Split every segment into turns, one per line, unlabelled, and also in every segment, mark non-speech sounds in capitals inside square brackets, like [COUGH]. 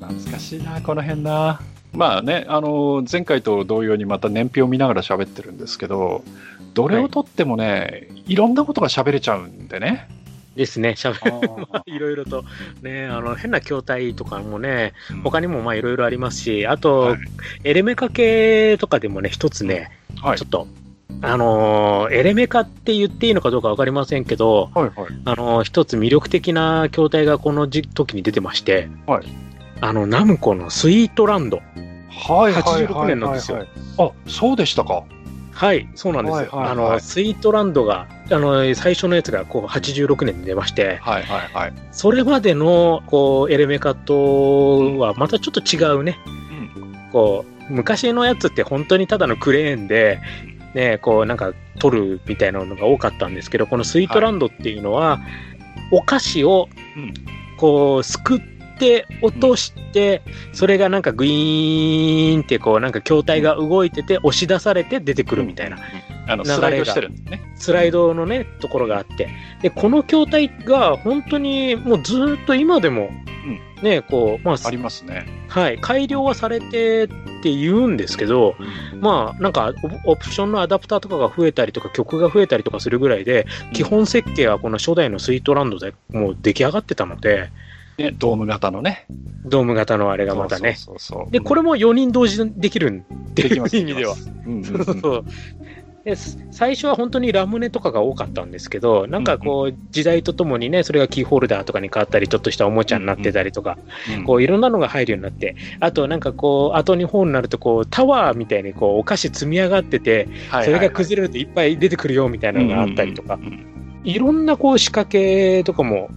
難しいな、この辺な。まあね、あの、前回と同様にまた年表を見ながら喋ってるんですけど、どれをとってもね、い、ろんなことが喋れちゃうんでね。
ですね、しゃべ [LAUGHS] いろいろと、ね、あの変な筐体とかもね、他にもまあいろいろありますし、あと、
はい
エレメカ系とかでもね、一つね、
はい
ちょっと、あのーエレメカって言っていいのかどうかわかりませんけど、
はいはい。
あのー一つ魅力的な筐体がこの時時に出てまして、
はい
あの、ナムコのスイートランド。
はいはいはいはい、はい。
86年なんですよ
あ、そうでしたか。
はい、そうなんですよ。
はいはいはい
あの、スイートランドが、あの、最初のやつが、こう、86年に出まして、
はいはいはい。
それまでの、こう、エレメカとは、またちょっと違うね、
うん。
こう、昔のやつって本当にただのクレーンで、ね、こう、なんか、取るみたいなのが多かったんですけど、このスイートランドっていうのは、お菓子を
うん、
こう、すくって、落として、それがなんかグイーンってこうなんか筐体が動いてて押し出されて出てくるみたいな
あの、
流れ
ス
が
ライドしてるんですね。
スライドのね、ところがあって。で、この筐体が本当にもうずーっと今でも、ね、こう、ま
あり
あ、
ますね。
はい、改良はされてって言うんですけど、まあ、なんかオオプションのアダプターとかが増えたりとか曲が増えたりとかするぐらいで、基本設計はこの初代のスイートランドでもう出来上がってたので、
ね、ドーム型のね。
ドーム型のあれがまたね。
そうそうそうそう
で、これも4人同時にできるって
で
い
き
う
ます
意味では。。
うんうん
そううんそうそうです最初は本当にラムネとかが多かったんですけど、なんかこう、時代とともにね、それがキーホルダーとかに変わったり、ちょっとしたおもちゃになってたりとか、
うん
こういろんなのが入るようになって、あとなんかこう、後に方になると、こう、タワーみたいにこう、お菓子積み上がって
はいはい
て、
はい
それが崩れるといっぱい出てくるよみたいなのがあったりとか
うん、うんうん
いろんなこう、仕掛けとかも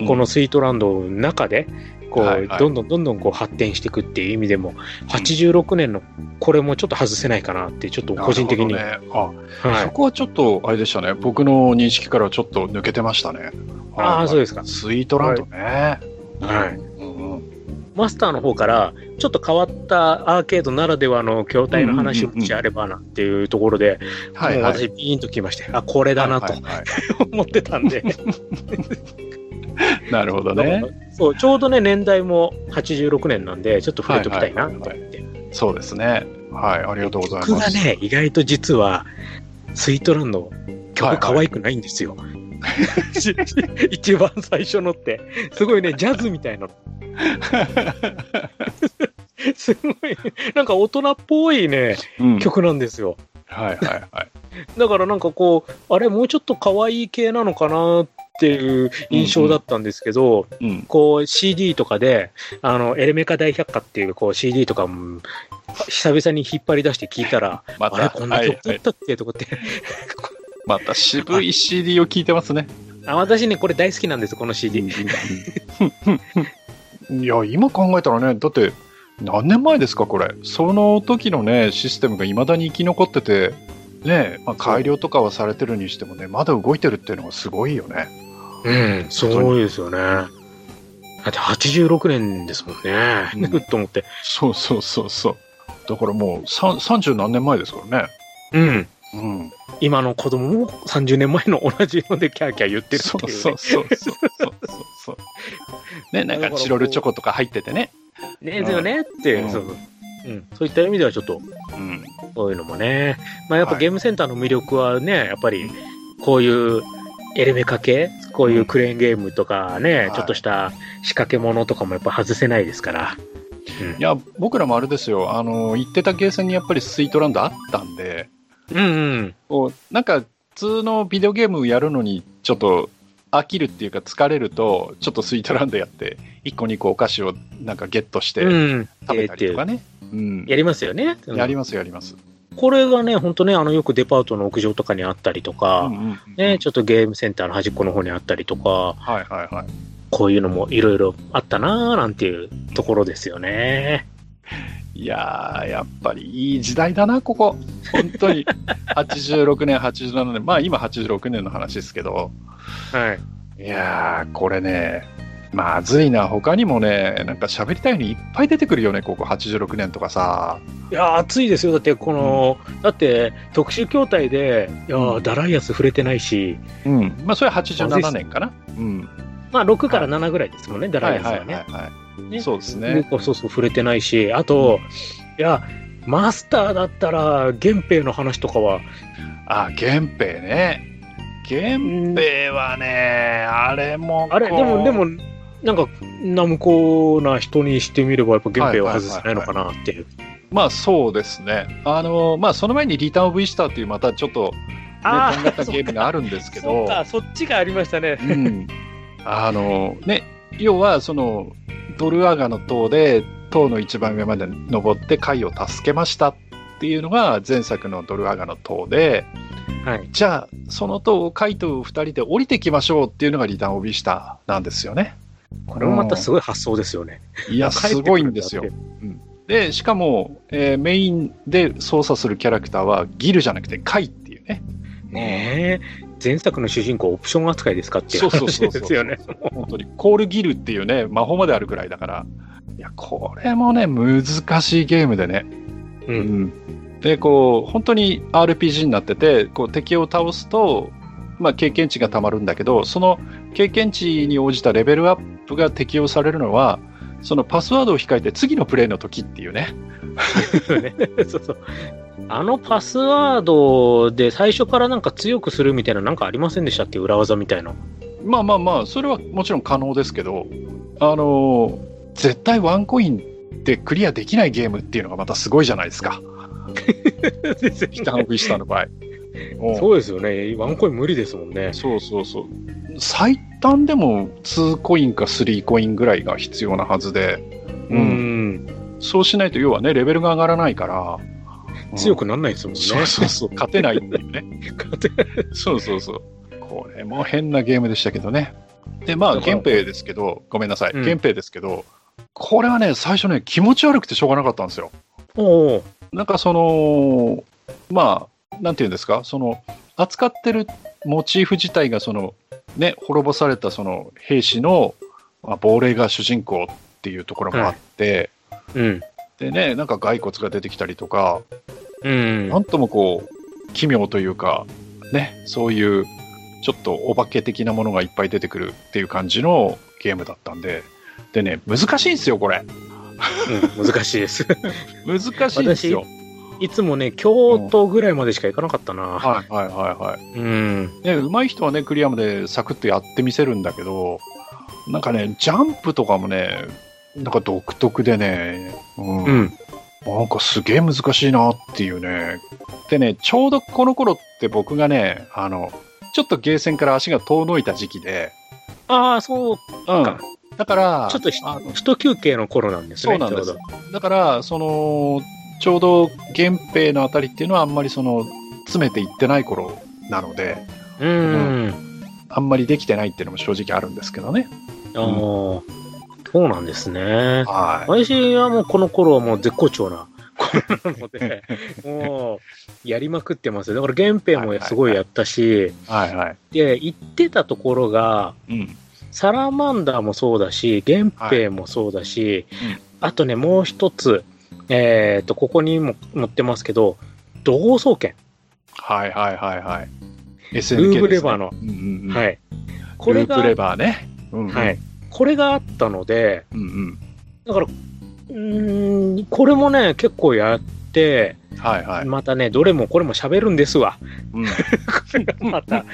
うん、
このスイートランドの中で、こ
はいは
う、
い
どんどんどんどんこう発展していくっていう意味でも、86年のこれもちょっと外せないかなって、ちょっと個人的に。
なるほどねあ
はい
そ。こはちょっとあれでしたね僕の認識からはちょっと抜けてましたね
ああ、そうですか。
スイートランドね
はい。
うんうん
マスターの方から、ちょっと変わったアーケードならではの筐体の話をもしあればなっていうところで、も
は
う
いはい
私、ピーンと来まして、あ、これだなと
はいはいは
思って
[LAUGHS]
たんで、
いなるほどね
そう、ちょうどね、年代も86年なんで、ちょっと触れときたいなと思
は
って。
そうですねはいありがとうございます
曲がね、意外と実は、スイートランド、
はいは
曲
い
可愛くないんで
[LAUGHS]
すよ。一番最初のって、すごいね、ジャズみたいなの。すごい、なんか大人っぽいね、
[LAUGHS] うん
曲なんですよ。
はいはいはい
だからなんかこう、あれ、もうちょっと可愛い系なのかなっていう印象だったんですけど、
うん
こう CD とかで、あの、エレメカ大百科っていうこう CD とかも、久々に引っ張り出して聞いたら、
ま
あれ、
た
こ
は
んない曲
は
だっ
い
たっけとかって。
また渋い CD を聞いてますね
あ私ね、これ大好きなんです、この CD。
いや今考えたらねだって何年前ですかこれその時のねシステムがいまだに生き残っててねまあ、改良とかはされてるにしてもねまだ動いてるっていうのがすごいよね
うん、すごいですよね。だって86年ですもんね。
うん
ふっと思って。
そうそうそうそうだからもうさん30何年前ですからね
うん。
うん
今の子供も30年前の同じのでキャーキャー言ってる
そ
っていうう、ね。
そうそうそうそうそうねなんかチロルチョコとか入っててね
ねですよねっていう、
うん
そうそう。うん、そういった意味ではちょっと、
うん
そういうのもね。まあやっぱ
はい
ゲームセンターの魅力はね、やっぱりこういうエレメカ系、こういうクレーンゲームとかね、
はい
ちょっとした仕掛け物とかもやっぱ外せないですから。
いや僕らもあれですよあの行ってたゲーセンにやっぱりスイートランドあったんで
うん、うんうん。
こうなんか普通のビデオゲームやるのにちょっと飽きるっていうか疲れるとちょっとスイートランドやって1個2個お菓子をなんかゲットして
うん。
食べたりとかね、うん
やりますよね。
やりますやります、
これがね、本当ね、あの、よくデパートの屋上とかにあったりとか、
うんうんうん
ね、ちょっとゲームセンターの端っこの方にあったりとか、
はいはいはい
こういうのもいろいろあったなーなんていうところですよね。
いやーやっぱりいい時代だなここ本当に [LAUGHS] 86年87年まあ今86年の話ですけど
はい。
いやーこれねまずいな他にもねなんか喋りたいのいっぱい出てくるよねここ86年とかさ
いやー、暑いですよ。だって、この、だって、特殊筐体で、いやー、ダライアス触れてないし、
うん、まあそれは87年かな。うん、
まあ、6から7ぐらいですもんね、ダライアスはね。
はいはいはいはい
ね
そうですね。
僕はそうそう触れてないし、あと、いや、マスターだったら、源平の話とかは、
あ、源平ね。源平はね、あれもこう。
あれ、でも、でも、なんか、ナムコな人にしてみれば、やっぱ源平は外せないのかなっていう。
まあそうですね。あの、まあその前にリターンオブイースターっていうまたちょっと、ね、
あ
とん
ー
がったゲームがあるんですけ
そ
ど
っ、か、そっちがありましたね。
うん。あの、ね、要はその、ドルアガの塔で、塔の一番上まで登って貝を助けましたっていうのが前作のドルアガの塔で、
はい。
じゃあ、その塔を貝と二人で降りてきましょうっていうのがリターンオブイースターなんですよね。
これもまたすごい発想ですよね。
いや、すごいんですよ
帰っ。てくる
で、しかも、えーメインで操作するキャラクターはギルじゃなくてカイっていうね。
んだって。ねえ。前作の主人公オプション扱いですかっていう話ですよね。
[LAUGHS] 本当にコールギルっていうね、魔法まであるくらいだから。いや、これもね、難しいゲームでね。
う。
うんんで、こう、本当に RPG になってて、こう敵を倒すと、まあ、経験値がたまるんだけど、その経験値に応じたレベルアップが適用されるのは、そのパスワードを控えて次のプレイの時っていうね。
[LAUGHS] そうそう。あのパスワードで最初からなんか強くするみたいななんかありませんでしたっけ裏技みたいな。
まあまあまあ、それはもちろん可能ですけど、あのー絶対ワンコインでクリアできないゲームっていうのがまたすごいじゃないですか。北のビスタの場合。うん
そうですよね。ワンコイン無理ですもんね。
そうそうそう。最短でも2コインか3コインぐらいが必要なはずで、
う。ん。
そうしないと要はね、レベルが上がらないから、うん
強くなんないですもんね。
そうそうそう、勝てないっていうね。
勝て
そうそうそう。これも変なゲームでしたけどね。で、まあ、
だから
源平ですけど、ごめんなさい、
うん
源平ですけど、これはね、最初ね、気持ち悪くてしょうがなかったんですよ。
[LAUGHS] おう
なんかその、まあ、なんていうんですか、その、扱ってるモチーフ自体が、その、ね、滅ぼされたその兵士の、まあ、亡霊が主人公っていうところもあって、
うん。
でね、なんか骸骨が出てきたりとか、
うん。
なんともこう、奇妙というか、ね、そういう、ちょっとお化け的なものがいっぱい出てくるっていう感じのゲームだったんで、でね、難しいんですよ、これ。
うん難しいです。 [LAUGHS]
難しいんですよ。
いつもね、京都ぐらいまでしか行かなかったな。
はいはいはいはい。
うん。
ね、上手い人はね、クリアまでサクッとやってみせるんだけど、なんかね、ジャンプとかもね、なんか独特でね、うん
うん。
なんかすげえ難しいなっていうね。でね、ちょうどこの頃って僕がね、あの、ちょっとゲーセンから足が遠のいた時期で、
ああ、そう。か
うん。だから、
ちょっとひ
あの
一休憩の頃なんですね。
そうなんです
ちょう
だから、その、ちょうど源平のあたりっていうのはあんまりその、詰めていってない頃なので、
どうん。
あんまりできてないっていうのも正直あるんですけどね。
ああ、そうなんですね。
は
私はもうこの頃はもう絶好調な頃なので、 [LAUGHS] もうやりまくってますよ。だから源平もすごいやったし、
い。はいはい。
で、行ってたところが、
うん。
サラマンダーもそうだし、源平もそうだし、
はいうん
あとね、もう一つ、えっ、と、ここにも載ってますけど、同窓券。
はいはいはいはい。SNK
ルーブ
で
レ
すね
バーの。
うんうんうん。。
はいい。こ
ル
れ
ー
が、
プレバーね。うんうん。
はい。これがあったので、
うんうん。
だから、うーん、これもね、結構やって、
はいはい。
またね、どれもこれも喋るんですわ。
うん
これがまた。だか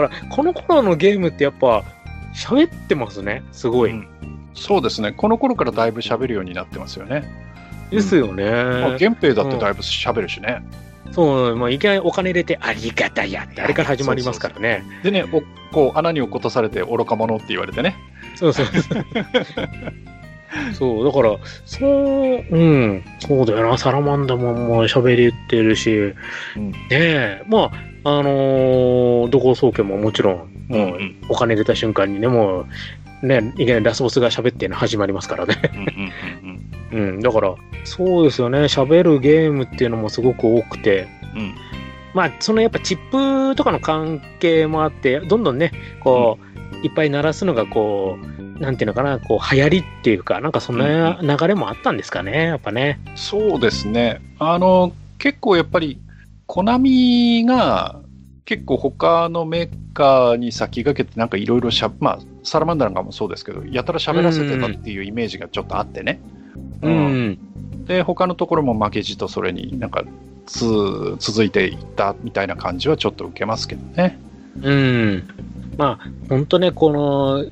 ら、この頃のゲームってやっぱ、喋ってますね、すごい。
うんそうですね。この頃からだいぶ喋るようになってますよね。
ですよね。
まあ源平だってだいぶ喋るしね。
そう、まあ、いきなりお金入れて、ありがたやって、あれから始まりますからね。
でね、おこう穴に落っことされて愚か者って言われてね。
そうそうそう。 [LAUGHS] そう、だから、そう、うん、そうだよな、サラマンダももう喋り言ってるし、
うん
ねえ、まあ、あのー、どこ総研ももちろん、もう、
ん
お金出た瞬間にね、もう、ね、いきなりラスボスが喋ってるの始まりますからね。
うんうんうん
うん、だから、そうですよね、喋るゲームっていうのもすごく多くて、
うんうん
まあ、そのやっぱチップとかの関係もあって、どんどんね、こう、いっぱい鳴らすのが、こう、なんていうのかな、こう、流行りっていうか、なんかそんな流れもあったんですかね、やっぱね。
そうですね。あの結構やっぱりコナミが結構他のメーカーに先駆けてなんかいろいろしゃまあサラマンダランガもそうですけど、やたら喋らせてたっていうイメージがちょっとあってね。
う
うん
ん。
で、他のところも負けじとそれになんかつ続いていったみたいな感じはちょっと受けますけどね。
うん。まあ、本当ね、この、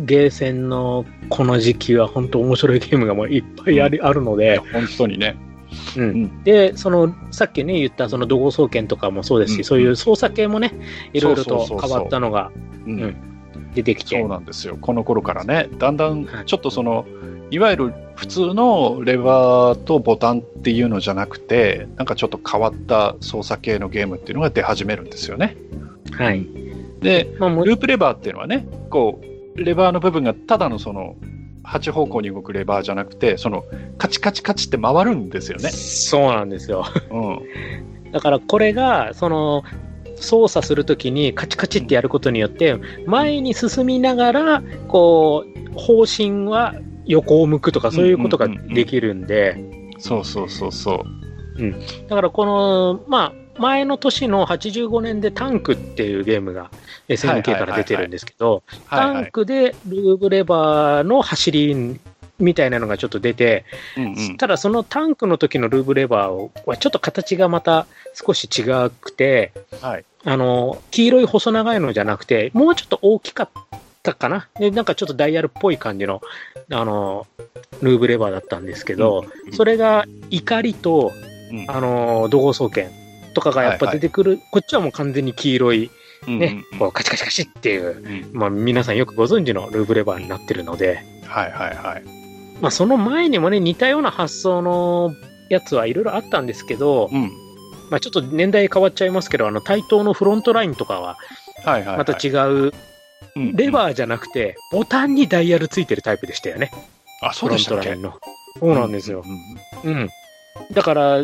ゲーセンのこの時期は本当面白いゲームがもういっぱいありあるので、
本当にね。
うん
ん
で、その、さっきね、言ったその、土豪総研とかもそうですし、
うん
そういう操作系もね、いろいろ
そ
と
うそうそうそう
変わったのが
うん
うん出てきて、
そうなんですよ。この頃からね、だんだんちょっとその、いわゆる普通のレバーとボタンっていうのじゃなくて、なんかちょっと変わった操作系のゲームっていうのが出始めるんですよね。
はい。
で、
まあ、もう
ループレバーっていうのはね、こう、レバーの部分がただのその、8方向に動くレバーじゃなくて、その、カチカチカチって回るんです
[LAUGHS]
よね。
そうなんですよ。 [LAUGHS]
うん。
だからこれが、その、操作するときにカチカチってやることによって、前に進みながら、こう、方針は横を向くとか、そういうことができるんで、
そうそうそうそう。
だからこの、まあ、前の年の85年でタンクっていうゲームが SNK から出てるんですけど、
はい
タ
は
ン
い。
クでルーブレバーの走りみたいなのがちょっと出て、
うんうん
ただそのタンクの時のルーブレバーはちょっと形がまた少し違くて、
はい
あの、黄色い細長いのじゃなくて、もうちょっと大きかったかな。で、なんかちょっとダイヤルっぽい感じの、あの、ルーブレバーだったんですけど、
うん
それが怒りと、
うん
あの、道後総研とかがやっぱ出てくる、こっちはもう完全に黄色い、
うん
ね、
うん
こうカチカチカチっていう、
うんうん
まあ皆さんよくご存知のルーブレバーになってるので、
はいはいはい。
まあ、その前にもね、似たような発想のやつはいろいろあったんですけど、
うん。
まあ、ちょっと年代変わっちゃいますけど、あの、対等のフロントラインとかは、
はいはいはい。
また違う、
うん
レバーじゃなくて、ボタンにダイヤルついてるタイプでしたよね、
あ、そ
フ
う
ロ
でし
ン
た
ト
っ
ラ
け
インの。そうなんですよ。
うんうん
うん。だから、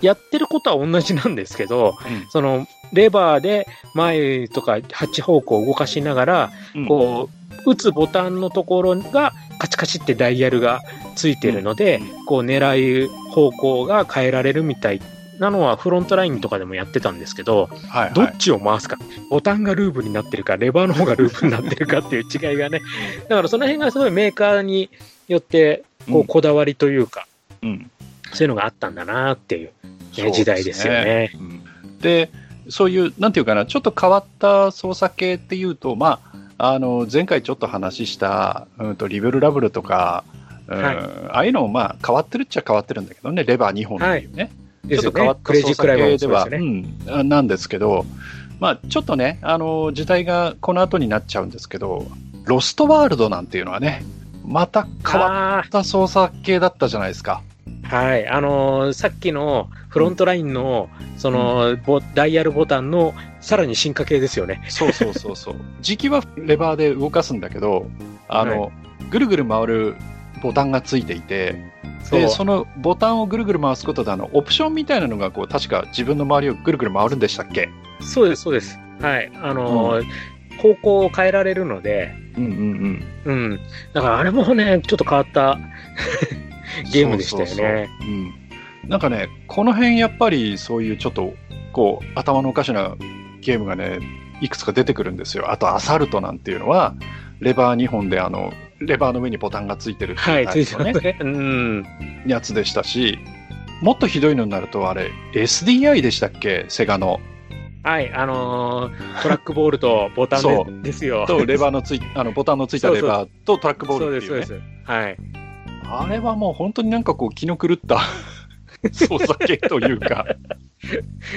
やってることは同じなんですけど、
うん
その、レバーで前とか8方向動かしながら、
うん
[LAUGHS] こう、打つボタンのところがカチカチってダイヤルがついてるので、
うん
こう狙い方向が変えられるみたいなのはフロントラインとかでもやってたんですけど、
はい
ど
はい
っちを回すか、ボタンがルーブになってるか、レバーの方がルーブになってるかっていう違いがね、だからその辺がすごいメーカーによってこ
う
うんこだわりというか、
うん
そういうのがあったんだなっていう、ね
そう
時代ですよ。ね。
うんで、そういう、なんていうかな、ちょっと変わった操作系っていうと、まあ、あの、前回ちょっと話した、うんと、リベルラブルとか、うん
はい
ああいうのもまあ変わってるっちゃ変わってるんだけどね、レバー2本っていうね、
で
ちょっ
すよ
と変わ
ね
っ。
ク
た
レイジ
操
ーク
作
ライバー
系
も
で
そうです
は、
よね。
うん、なんですけど、まあ、ちょっとね、あの時代がこの後になっちゃうんですけど、ロストワールドなんていうのはね、また変わ
あー
った操作系だったじゃないですか。
はい、あのーさっきのフロントラインの、その、ボダイヤルボタンのさらに進化系ですよね。
そうそうそう [LAUGHS] そう。磁気はレバーで動かすんだけど、あの、
は
ぐるぐる回るボタンがついていて、で、そのボタンをぐるぐる回すことで、あの、オプションみたいなのが、こう、確か自分の周りをぐるぐる回るんでしたっけ
そうです、そうです。はい、あのー方向を変えられるので、
うんうんうん。
うん、だからあれもね、ちょっと変わったゲームでしたよ
そう
ね。
そうそううんなんかね、この辺やっぱりそういうちょっと、こう、頭のおかしなゲームがね、いくつか出てくるんですよ。あと、アサルトなんていうのは、レバー2本で、あの、レバーの上にボタンがついてるって
はいい、
うタ
つい
イ
て
プ
ま
のね
すね。うん。
やつでしたし、もっとひどいのになると、あれ、SDI でしたっけセガの。
はい、あのートラックボールとボタン
そ
でですよ。
と、レバーのつい、 [LAUGHS] あの、ボタンのついたレバーとトラックボ
そ
ー
う
ルっ
で
てい
す、そうう
ね
で。す。はい。
あれはもう本当になんかこう気の狂った [LAUGHS] 操作系というか、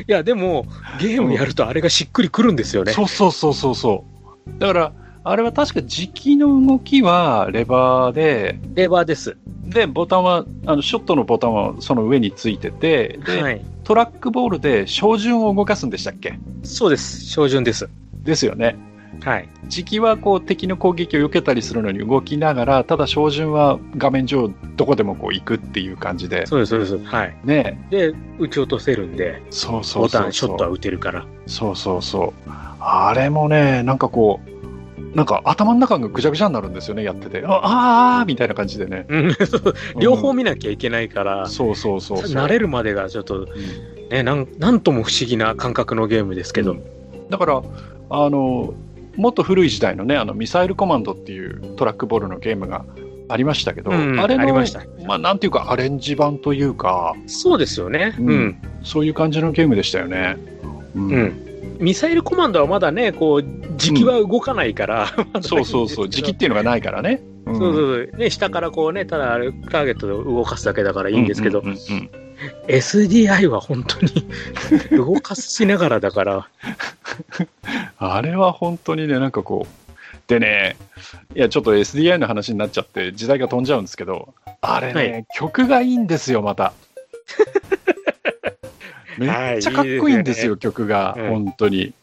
いや、でも、ゲームやるとあれがしっくりくるんですよね。
そうそうそうそうそう。だから、あれは確か磁気の動きはレバーで、
レバーです。
で、ボタンは、あの、ショットのボタンはその上についてて、で、
はい。
トラックボールで照準を動かすんでしたっけ
そうです。照準です。
ですよね。
はい。
時期はこう敵の攻撃を避けたりするのに動きながら、ただ照準は画面上どこでもこう行くっていう感じで、
そうです、そうです。はい。
ね、
で、撃ち落とせるんで、
そうそうそうそう。
ボタン、ショットは撃てるから。 [LAUGHS]
そうそうそう。あれもね、なんかこう、なんか頭の中がぐちゃぐちゃになるんですよね、やってて。ああーみたいな感じでね。
うんそう両方
うん
見なきゃいけないから、
そうそうそうそう。
慣れるまでがちょっ
う
と
ん
ね、なん、なんとも不思議な感覚のゲームですけど。
だから、あの、もっと古い時代のね、あのミサイルコマンドっていうトラックボールのゲームがありましたけど、
うん
あれの
ありました
まあ、なんていうかアレンジ版というか、
そうですよね。
うん
うん。
そういう感じのゲームでしたよね。う
うん。ミサイルコマンドはまだね、こう、時期は動かないから、まだいいんですけ
そ
ど
うそうそう、時期っていうのがないからね。うん
[LAUGHS] そうそうそうね、下からこうね、ただターゲットを動かすだけだからいいんですけど、
うううん
SDI は本当に [LAUGHS] 動かしながらだから、
あれは本当にね、なんかこう、でね、いや、ちょっと SDI の話になっちゃって、時代が飛んじゃうんですけど、あれね、
は
曲がいいんですよ、また。めっちゃかっこいいんですよ、曲が、
うん
本当に。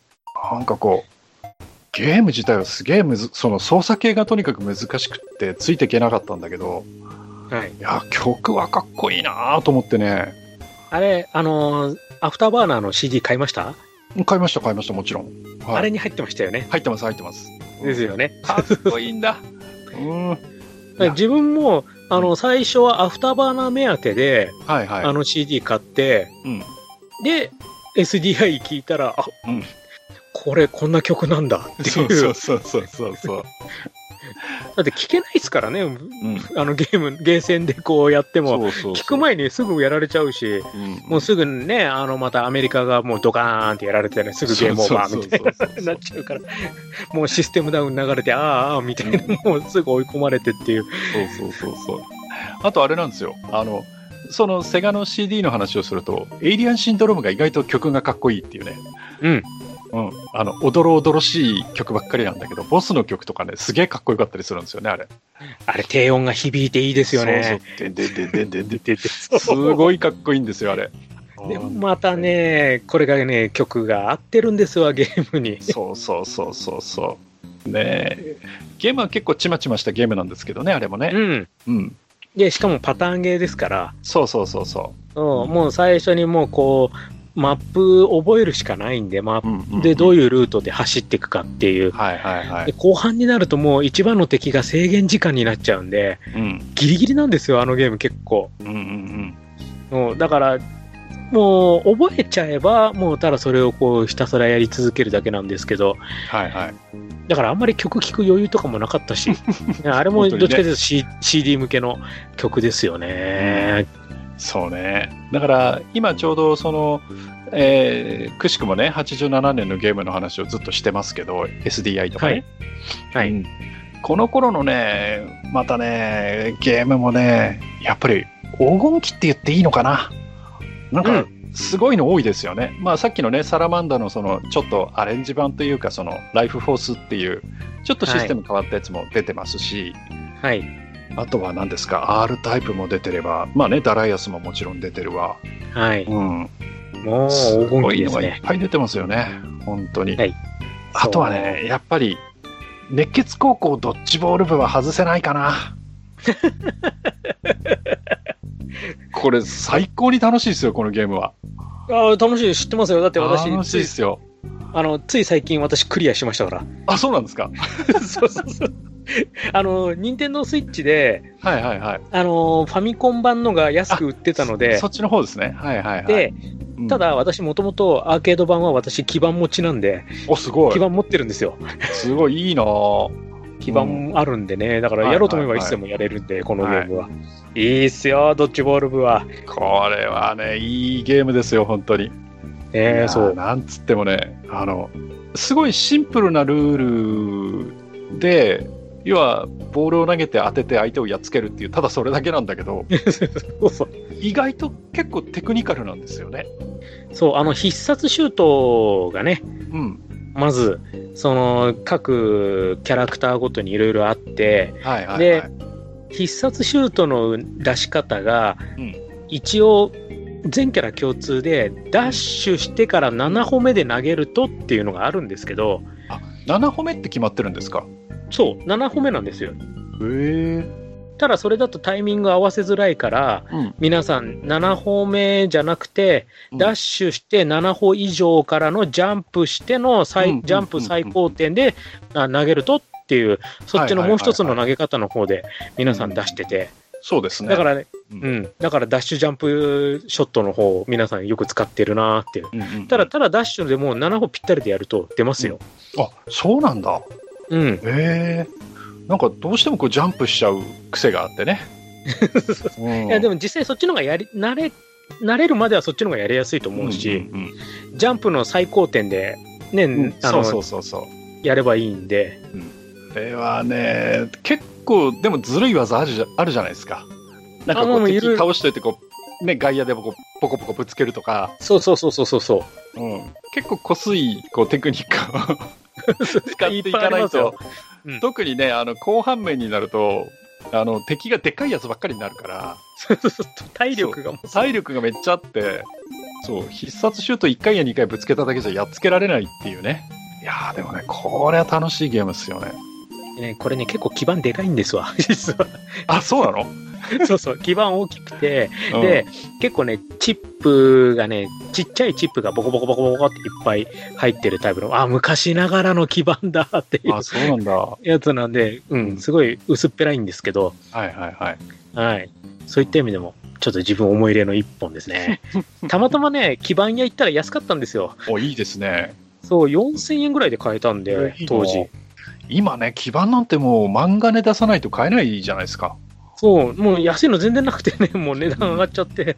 なんかこう、ゲーム自体はすげえむず、その操作系がとにかく難しくって、ついていけなかったんだけど、
はい、
いや、曲はかっこいいなぁと思ってね、
あれ、あのーアフターバーナーの CD 買いました、
買いました、買いました、もちろん。はい
あれに入ってましたよね。
入ってます、入ってます。
で
[LAUGHS]
すよね。
かっこいいんだ。うん。はいや
自分も、あの、最初はアフターバーナー目当てで、
はい。
あの CD 買って、
うん。
で、SDI 聞いたら、あ、
うん
これこんな曲なんだっていう。
そうそうそうそうそうそう。
だって聞けないですからね、
うん。
あのゲーム、ゲーセンでこうやっても。
そうそうそう
聞く前にすぐやられちゃうし、
うん
もうすぐね、あの、またアメリカがもうドカーンってやられてね、すぐゲームオーバーみたい
そうそうそうそう
ななっちゃ
[LAUGHS]
うから、もうシステムダウン流れて、ああ、ああ、みたいな、もうすぐ追い込まれてっていう。
そうそうそうそう。あとあれなんですよ。あの、そのセガの CD の話をすると、エイリアンシンドロームが意外と曲がかっこいいっていうね。
うん。
うん。あの、おどろおどろしい曲ばっかりなんだけど、ボスの曲とかね、すげえかっこよかったりするんですよね、あれ。で
あれ、低音が響いていいですよね。。
でででででで。
で [LAUGHS] です
ごいかっこいいんですよ、あれ。
[LAUGHS] でまたね、これがね、曲が合ってるんですわ、ゲ [LAUGHS] ームに。
そうそうそうそうそう。ねえ。ゲームは結構ちまちましたゲームなんですけどね、あれもね。
うん。
うん。
で、しかもパターンゲーですから、
そうそうそうそ
うんもう最初にもうこう、マップ覚えるしかないんで、マッ
う。うんうんうん
プでどういうルートで走っていくかっていう。
はいはいは
で
い。
後半になるともう一番の敵が制限時間になっちゃうんで、
うん。
ギリギリなんですよ、あのゲーム結構。
うんうんうん。
うん、だから、もう覚えちゃえば、もうただそれをこうひたすらやり続けるだけなんですけど、
はいはい。
だからあんまり曲聴く余裕とかもなかっ
[LAUGHS]
たし、ねあれも
本当にね
どっちかというと、C CD 向けの曲ですよね。
そうね。だから、今ちょうどその、えーくしくもね、87年のゲームの話をずっとしてますけど、SDI とかね。
は
う
い。
んこの頃のね、またね、ゲームもね、やっぱり黄金期って言っていいのかな。なん
う
か、すごいの多いですよね。まあさっきのね、サラマンダのその、ちょっとアレンジ版というか、その、ライフフォースっていう、ちょっとシステム変わったやつも出てますし、
はい。
あとは何ですか、R タイプも出てれば、まあね、ダライアスももちろん出てるわ。
はい。
うん。
もう
す
黄金
ご
期
い
で
の
す
がいっ
ね。
ぱい出てますよね。本当に。
はい
あとはね、やっぱり、熱血高校ドッジボール部は外せないか
[LAUGHS]
な。これ最高に楽しいですよ、このゲームは。
ああ、楽しい。知ってますよ。だって私、
楽しい
つ
で
い
すよ。
あの、つい最近私クリアしましたから。
あ、そうなんですか。 [LAUGHS]
そうそうそう。 [LAUGHS] あの、任天堂スイッチで、
はいはいはい。
あの、ファミコン版のが安く売ってたので
そ、っちの方ですね。はいはいはい。
で、
うん
た、だ私もともとアーケード版は私基盤持ちなんで、
お、すご
基
い。
盤持ってるんですよ。
すごいいいなぁ
基盤あるんでね、だからやろうと思えばいつでもやれるんで、このゲームは。いいっすよ、ドッジボール部は。
これはね、いいゲームですよ、本当に。い
え
や
え、
ー
そう。
なんつってもねあのすごいシンプルなルールで要はボールを投げて当てて相手をやっつけるっていうただそれだけなんだけ
[LAUGHS]
ど
そうそう。 [LAUGHS]
意外と結構テクニカルなんですよね。
そう、あの、必殺シュートがね、
うん、
まず、その、各キャラクターごとにいろいろあって、
はいはいはい
で。必殺シュートの出し方が、
うん
一応全キャラ共通でダッシュしてから7歩目で投げるとっていうのがあるんですけど
7歩目って決まってるんですか
そう7歩目なんですよ
へえ。
ただそれだとタイミング合わせづらいから
うん
皆さん7歩目じゃなくて
うん
ダッシュして7歩以上からのジャンプしての最
うん
ジャンプ最高点であ投げるとっていうそっちのもう一つの投げ方の方で皆さん出してて
そうですね。
だからね、
う
うんん、だからダッシュジャンプショットの方、皆さんよく使ってるなーっていう。
うんうんうん
ただ、ただダッシュでもう7歩ぴったりでやると出ますよ。
あそうなんだ。
うん。
へえなんかどうしてもこうジャンプしちゃう癖があって
[LAUGHS]
ね。
いや、で
も
も実際そっちの方がやり、慣れ、慣れるまではそっちの方がやりやすいと思うし、ジャンプの最高点で、ね、あ
そ
の
うそうそうそう。
やればいいんで、
これはね、結構でもずるい技あるじゃあるじゃないですか。なんか
あ
こ
も
う
ういる
敵倒しといてこう、ね、外野でもこうポコポコぶつけるとか、
そうそうそうそうそうそう。
うん、結構こすいこうテクニックを [LAUGHS] 使っていかない
っぱありますよ
と。
うん
特にね、あの後半面になると、あの敵がでっかいやつばっかりになるから。
体力がもう
体力がめっちゃあって、そう、必殺シュート1回や2回ぶつけただけじゃやっつけられないっていうね。いやーでもね、これは楽しいゲームですよね。
ね、これね、結構基盤でかいんですわ、 [LAUGHS] 実は。
あ、そうなの、
そうそう、基盤大きくて、
うん
で、、結構ね、チップがね、ちっちゃいチップがボコボコボコボコっていっぱい入ってるタイプの、あ、昔ながらの基盤だっていう
あ、そうなんだ。は
やつなんで、うん、すごい薄っぺらいんですけど、
いはいはい。
はい。そういった意味でも、ちょっと自分思い入れの一本ですね。たまたまね、基盤屋行ったら安かったんですよ。
お、いいですね。
そう、4000円ぐらいで買えたんで
いい、な
当時。。
今ね、基盤なんてもう漫画ね出さないと買えないじゃないですか。
そう、もう安いの全然なくてね、もう値段上がっちゃって。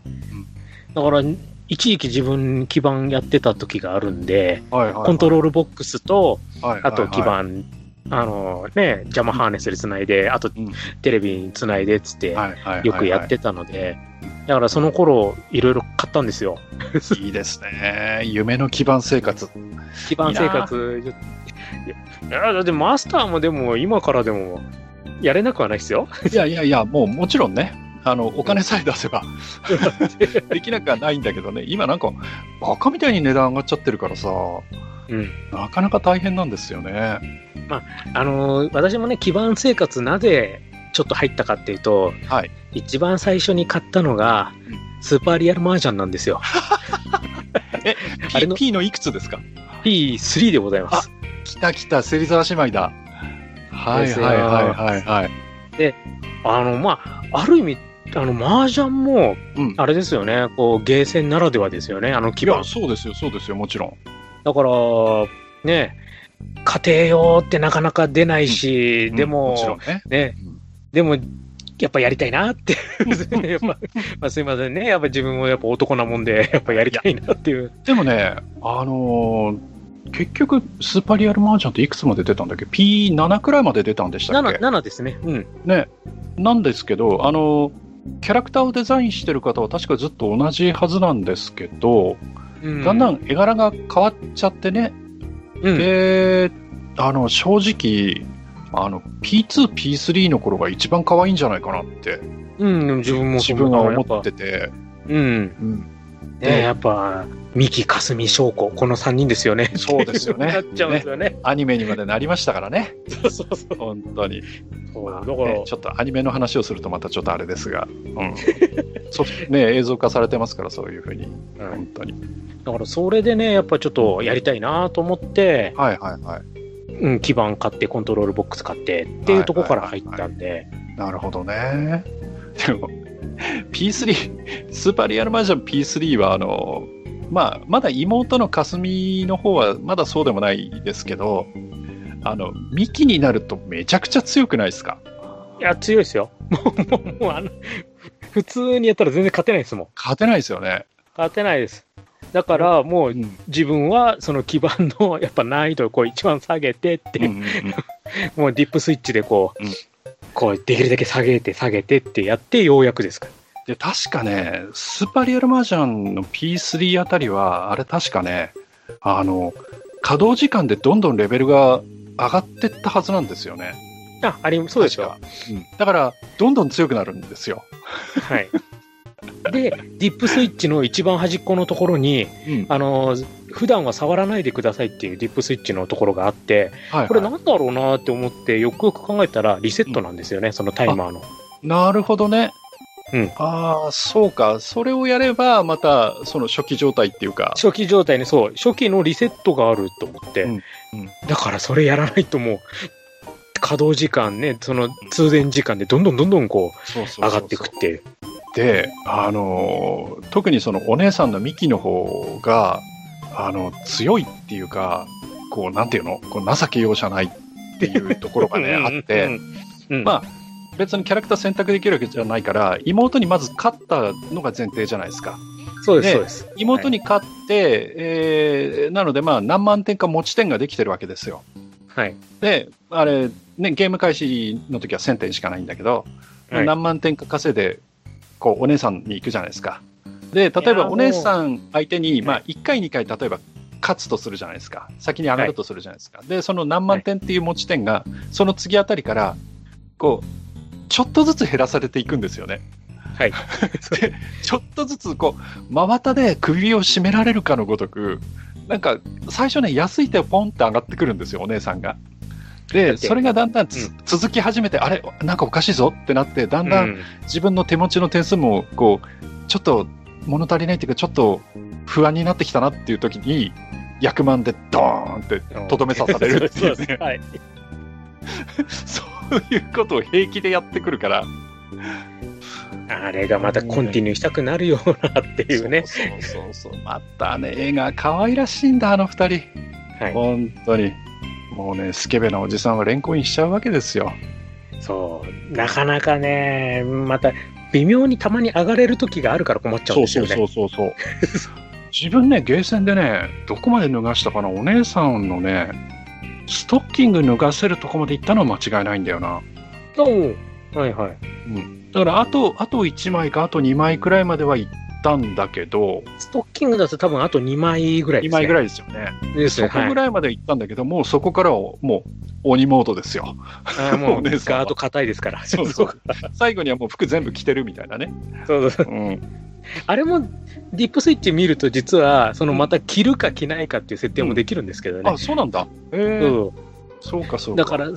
だから、一時期自分基盤やってた時があるんで、
はいはい、はい。
コントロールボックスと、
はいはい
あ
はい
と基盤、あのね、ジャマハーネスで繋いで、あと
うん
テレビに繋いでっつって、
はいはいはいはい
よくやっ。てたので、だからその頃、いろいろ買ったんですよ。
いいですね。夢の基盤生活。
基盤生活。いや、だってマスターもでも、今からでも、やれなくはないですよ。
いやいやいや、もうもちろんね、あの、お金さえ出せ
[LAUGHS]
ば、できなくはないんだけどね、今なんか、バカみたいに値段上がっちゃってるからさ、
うん。
なかなか大変なんですよね。
あのー私もね基盤生活なぜちょっと入ったかっていうと、
はい
一番最初に買ったのが、
うん
スーパーリアルマージャンなんですよあれ
P,
の
P のいくつですか
P3 でございます
来た来た、芹沢姉妹だ。はいはいはいはいはい。
あのまあある意味あのマージャンも
うん。
あれですよねこうゲーセンならではですよねあの基
い
盤
や、そうですよ、そうですよ、もちろん。
だからね家庭用ってなかなか出ないし、で
うん
も,、
もちろんね。
ね
うん
でもやっぱやりたいなって
[LAUGHS]
やっぱ、まあ、すいませんねやっぱ自分もやっぱ男なもんでやっぱやりたいなっていう
でもね、あのー結局、スーパーリアルマージャンっていくつまで出たんだっけ ?P7 くらいまで出たんでしたっけ
7, 7ですね。うん。
ね、なんですけど、あの、キャラクターをデザインしてる方は確かずっと同じはずなんですけど、だんだん絵柄が変わっちゃってね、
うん、
で、あの、正直、あの、P2、P3 の頃が一番可愛いんじゃないかなって、
うん、自分も
自
そう
分は思っ。てて、
うん。
うん、
ねやっぱ、三木、かすみ、しょうこ、この3人ですよね。
そうですよね
[LAUGHS] なっちゃうんですよね。
アニメにまでなりましたからね、
そうそうそう。
[LAUGHS] 本当に。
そうだか
ね
ら、
ちょっとアニメの話をするとまたちょっとあれですが、 [LAUGHS] うん、ソフトね、映像化されてますから、そういうふうに、
うん
本当に。
だからそれでね、やっぱちょっとやりたいなと思って、
はいはいはい。
うん、基盤買って、コントロールボックス買ってっていうところから入ったんで、
なるほどね。でも、P3、スーパーリアルマージャン P3 は、あの、まあ、まだ妹の霞の方はまだそうでもないですけど、あの、ミキになるとめちゃくちゃ強くないですか
いや、強いですよ。 [LAUGHS] もう、もう、もう、あの、普通にやったら全然勝てないですもん。
勝てないですよね。
勝てないです。だから、もう、
ん。
自分はその基盤のやっぱ難易度をこう一番下げてって、
うんうんうん
もうディップスイッチでこう、
うん
こうできるだけ下げて下げてってやってようやくですから。
で、確かね、スーパーリアルマージャンの P3 あたりは、あれ確かね、あの、稼働時間でどんどんレベルが上がってったはずなんですよね。
あ、ありそうですよ。
確か。うんだから、どんどん強くなるんですよ。
はい。で、ディップスイッチの一番端っこのところに、
うん
あのー、普段は触らないでくださいっていうディップスイッチのところがあって、
はいはい
これなんだろうなって思って、よくよく考えたらリセットなんですよね、そのタイマーの。
なるほどね。
うん
ああ、そうか。それをやれば、また、その初期状態っていうか。
初期状態にそう、初期のリセットがあると思って、
うんうん
だからそれやらないともう、稼働時間ね、その通電時間でどんどんどんどんこう
そうそうそうそう
上がっていくっていう。
で、あのー特にそのお姉さんのミキの方が、あの、強いっていうか、こう、なんていうのこう情け容赦ないっていうところがね、
うん
あって、、
うん
まあ別にキャラクター選択できるわけじゃないから、妹にまず勝ったのが前提じゃないですか。
そうです、
ね
そうです。
妹に勝って、えーなのでまあ何万点か持ち点ができてるわけですよ。
はい。
で、あれ、ね、ゲーム開始の時は1000点しかないんだけど、
はい
何万点か稼いで、こう、お姉さんに行くじゃないですか。で、例え
いや
ば
ー
お姉さん相手に、
う
まあ、1回、2回、例えば、勝つとするじゃないですか。先に上がるとするじゃないですか。で、その何万点っていう持ち点が、その次あたりから、こう、ちょっとずつ減らされていくんですよね。
はい。
[LAUGHS] で、ちょっとずつ、こう、真綿で首を絞められるかのごとく、なんか、最初ね、安い手をポンって上がってくるんですよ、お姉さんが。
だっ
で、
て
それがだんだんつ、
う
続き始めて、あれ、なんかおかしいぞってなって、だんだん
うん
自分の手持ちの点数も、こう、ちょっと物足りないっていうか、ちょっと不安になってきたなっていう時に、役満でドーンって [LAUGHS] とどめ刺されるってい
そう
う
です
ね、
はい。
そういうことを平気でやってくるから。
あれがまたコンティニューしたくなるようなっていうね。
そうそうそうそう。またね、映画可愛らしいんだ、あの二人。
はい。
本当に。もうね、スケベなおじさんはレンコインしちゃうわけですよ。
そう、なかなかね、また微妙にたまに上がれる時があるから困っちゃうんですよね。
うそうそう。 [LAUGHS] 自分ね、ゲーセンでね、どこまで脱がしたかな、お姉さんのね、ストッキング脱がせるとこまで行ったのは間違いないんだよな。
おうはいはい。
だから、あと、あと1枚か、あと2枚くらいまでは行ったんだけど、
ストッキングだと多分あと2枚ぐらいで
2
すね。
枚ぐら
い
いですよね。
です
そ
ね。
こぐ
い。
らいまで行ったんだけど、もうそこからはもう鬼モードですよ。
あーも
お
う
姉さんは
ガード硬いですから。
そうそう
[LAUGHS]
最後にはもう服全部着てるみたいなね。
そうそう
うん。
あれもディップスイッチ見ると実は、そのまた着るか着ないかっていう設定もできるんですけどね。
あ、そうなんだ。えー、
そ
そうかそうう
だから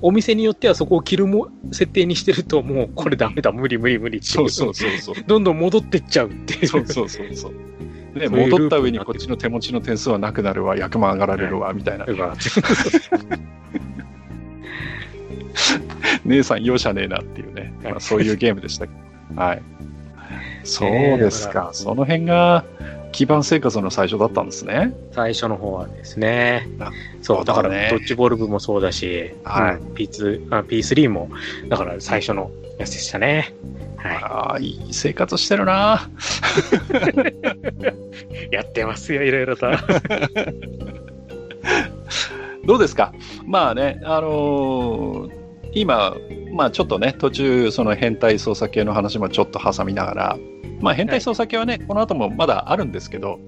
お店によってはそこを着るも設定にしてるともうこれダメだ無理無理無理ってい
そうそうそうそう。
どんどん戻ってっちゃうっていう
そうそうそう
[LAUGHS]
そう。ね、
そういう
戻った上に
ルー
こっ
プになってる
ちの手持ちの点数はなくなるわ、役満上がられるわ、みたいな。姉さん容赦ねえなっていうね、まあ、そういうゲームでしたけ
[LAUGHS]
ど。はい。そうです
ねえだ
か。その辺が基盤生活の最初だったんですね。
最初の方はですね
あ。
そう、だから
そうだね
ドッジボール部もそうだし、
はい
うん P2 あ P3 も、だから最初のやつでしたね。は
ああ、いい生活してるな。
い。やってますよ、いろいろと。
どうですかまあね、あのー今、まあちょっとね、途中、その変態捜査系の話もちょっと挟みながら、まあ変態捜査系はね、この後もまだあるんですけど、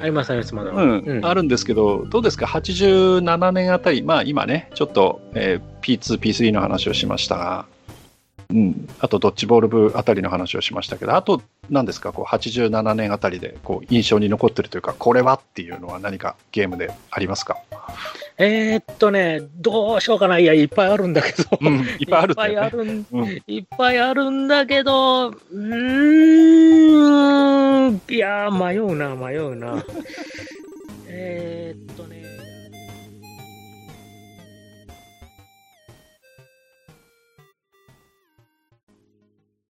あります、あります、まだ。
うん、
うん
あるんですけど、どうですか、87年あたり、まあ今ね、ちょっと、えー P2、P3 の話をしましたが、うん、あとドッジボール部あたりの話をしましたけど、あと、何ですか、こう87年あたりでこう印象に残ってるというか、これはっていうのは何かゲームでありますか、
えーっとね、どうしようかな。いや、いっぱいあるんだけど。
うん、いっぱいあるんだ
いっ
よ
ぱいあ
ね。
るん
うん
いっぱいあるんだけど、うーん、いやー、迷うな、迷うな。えーっとね、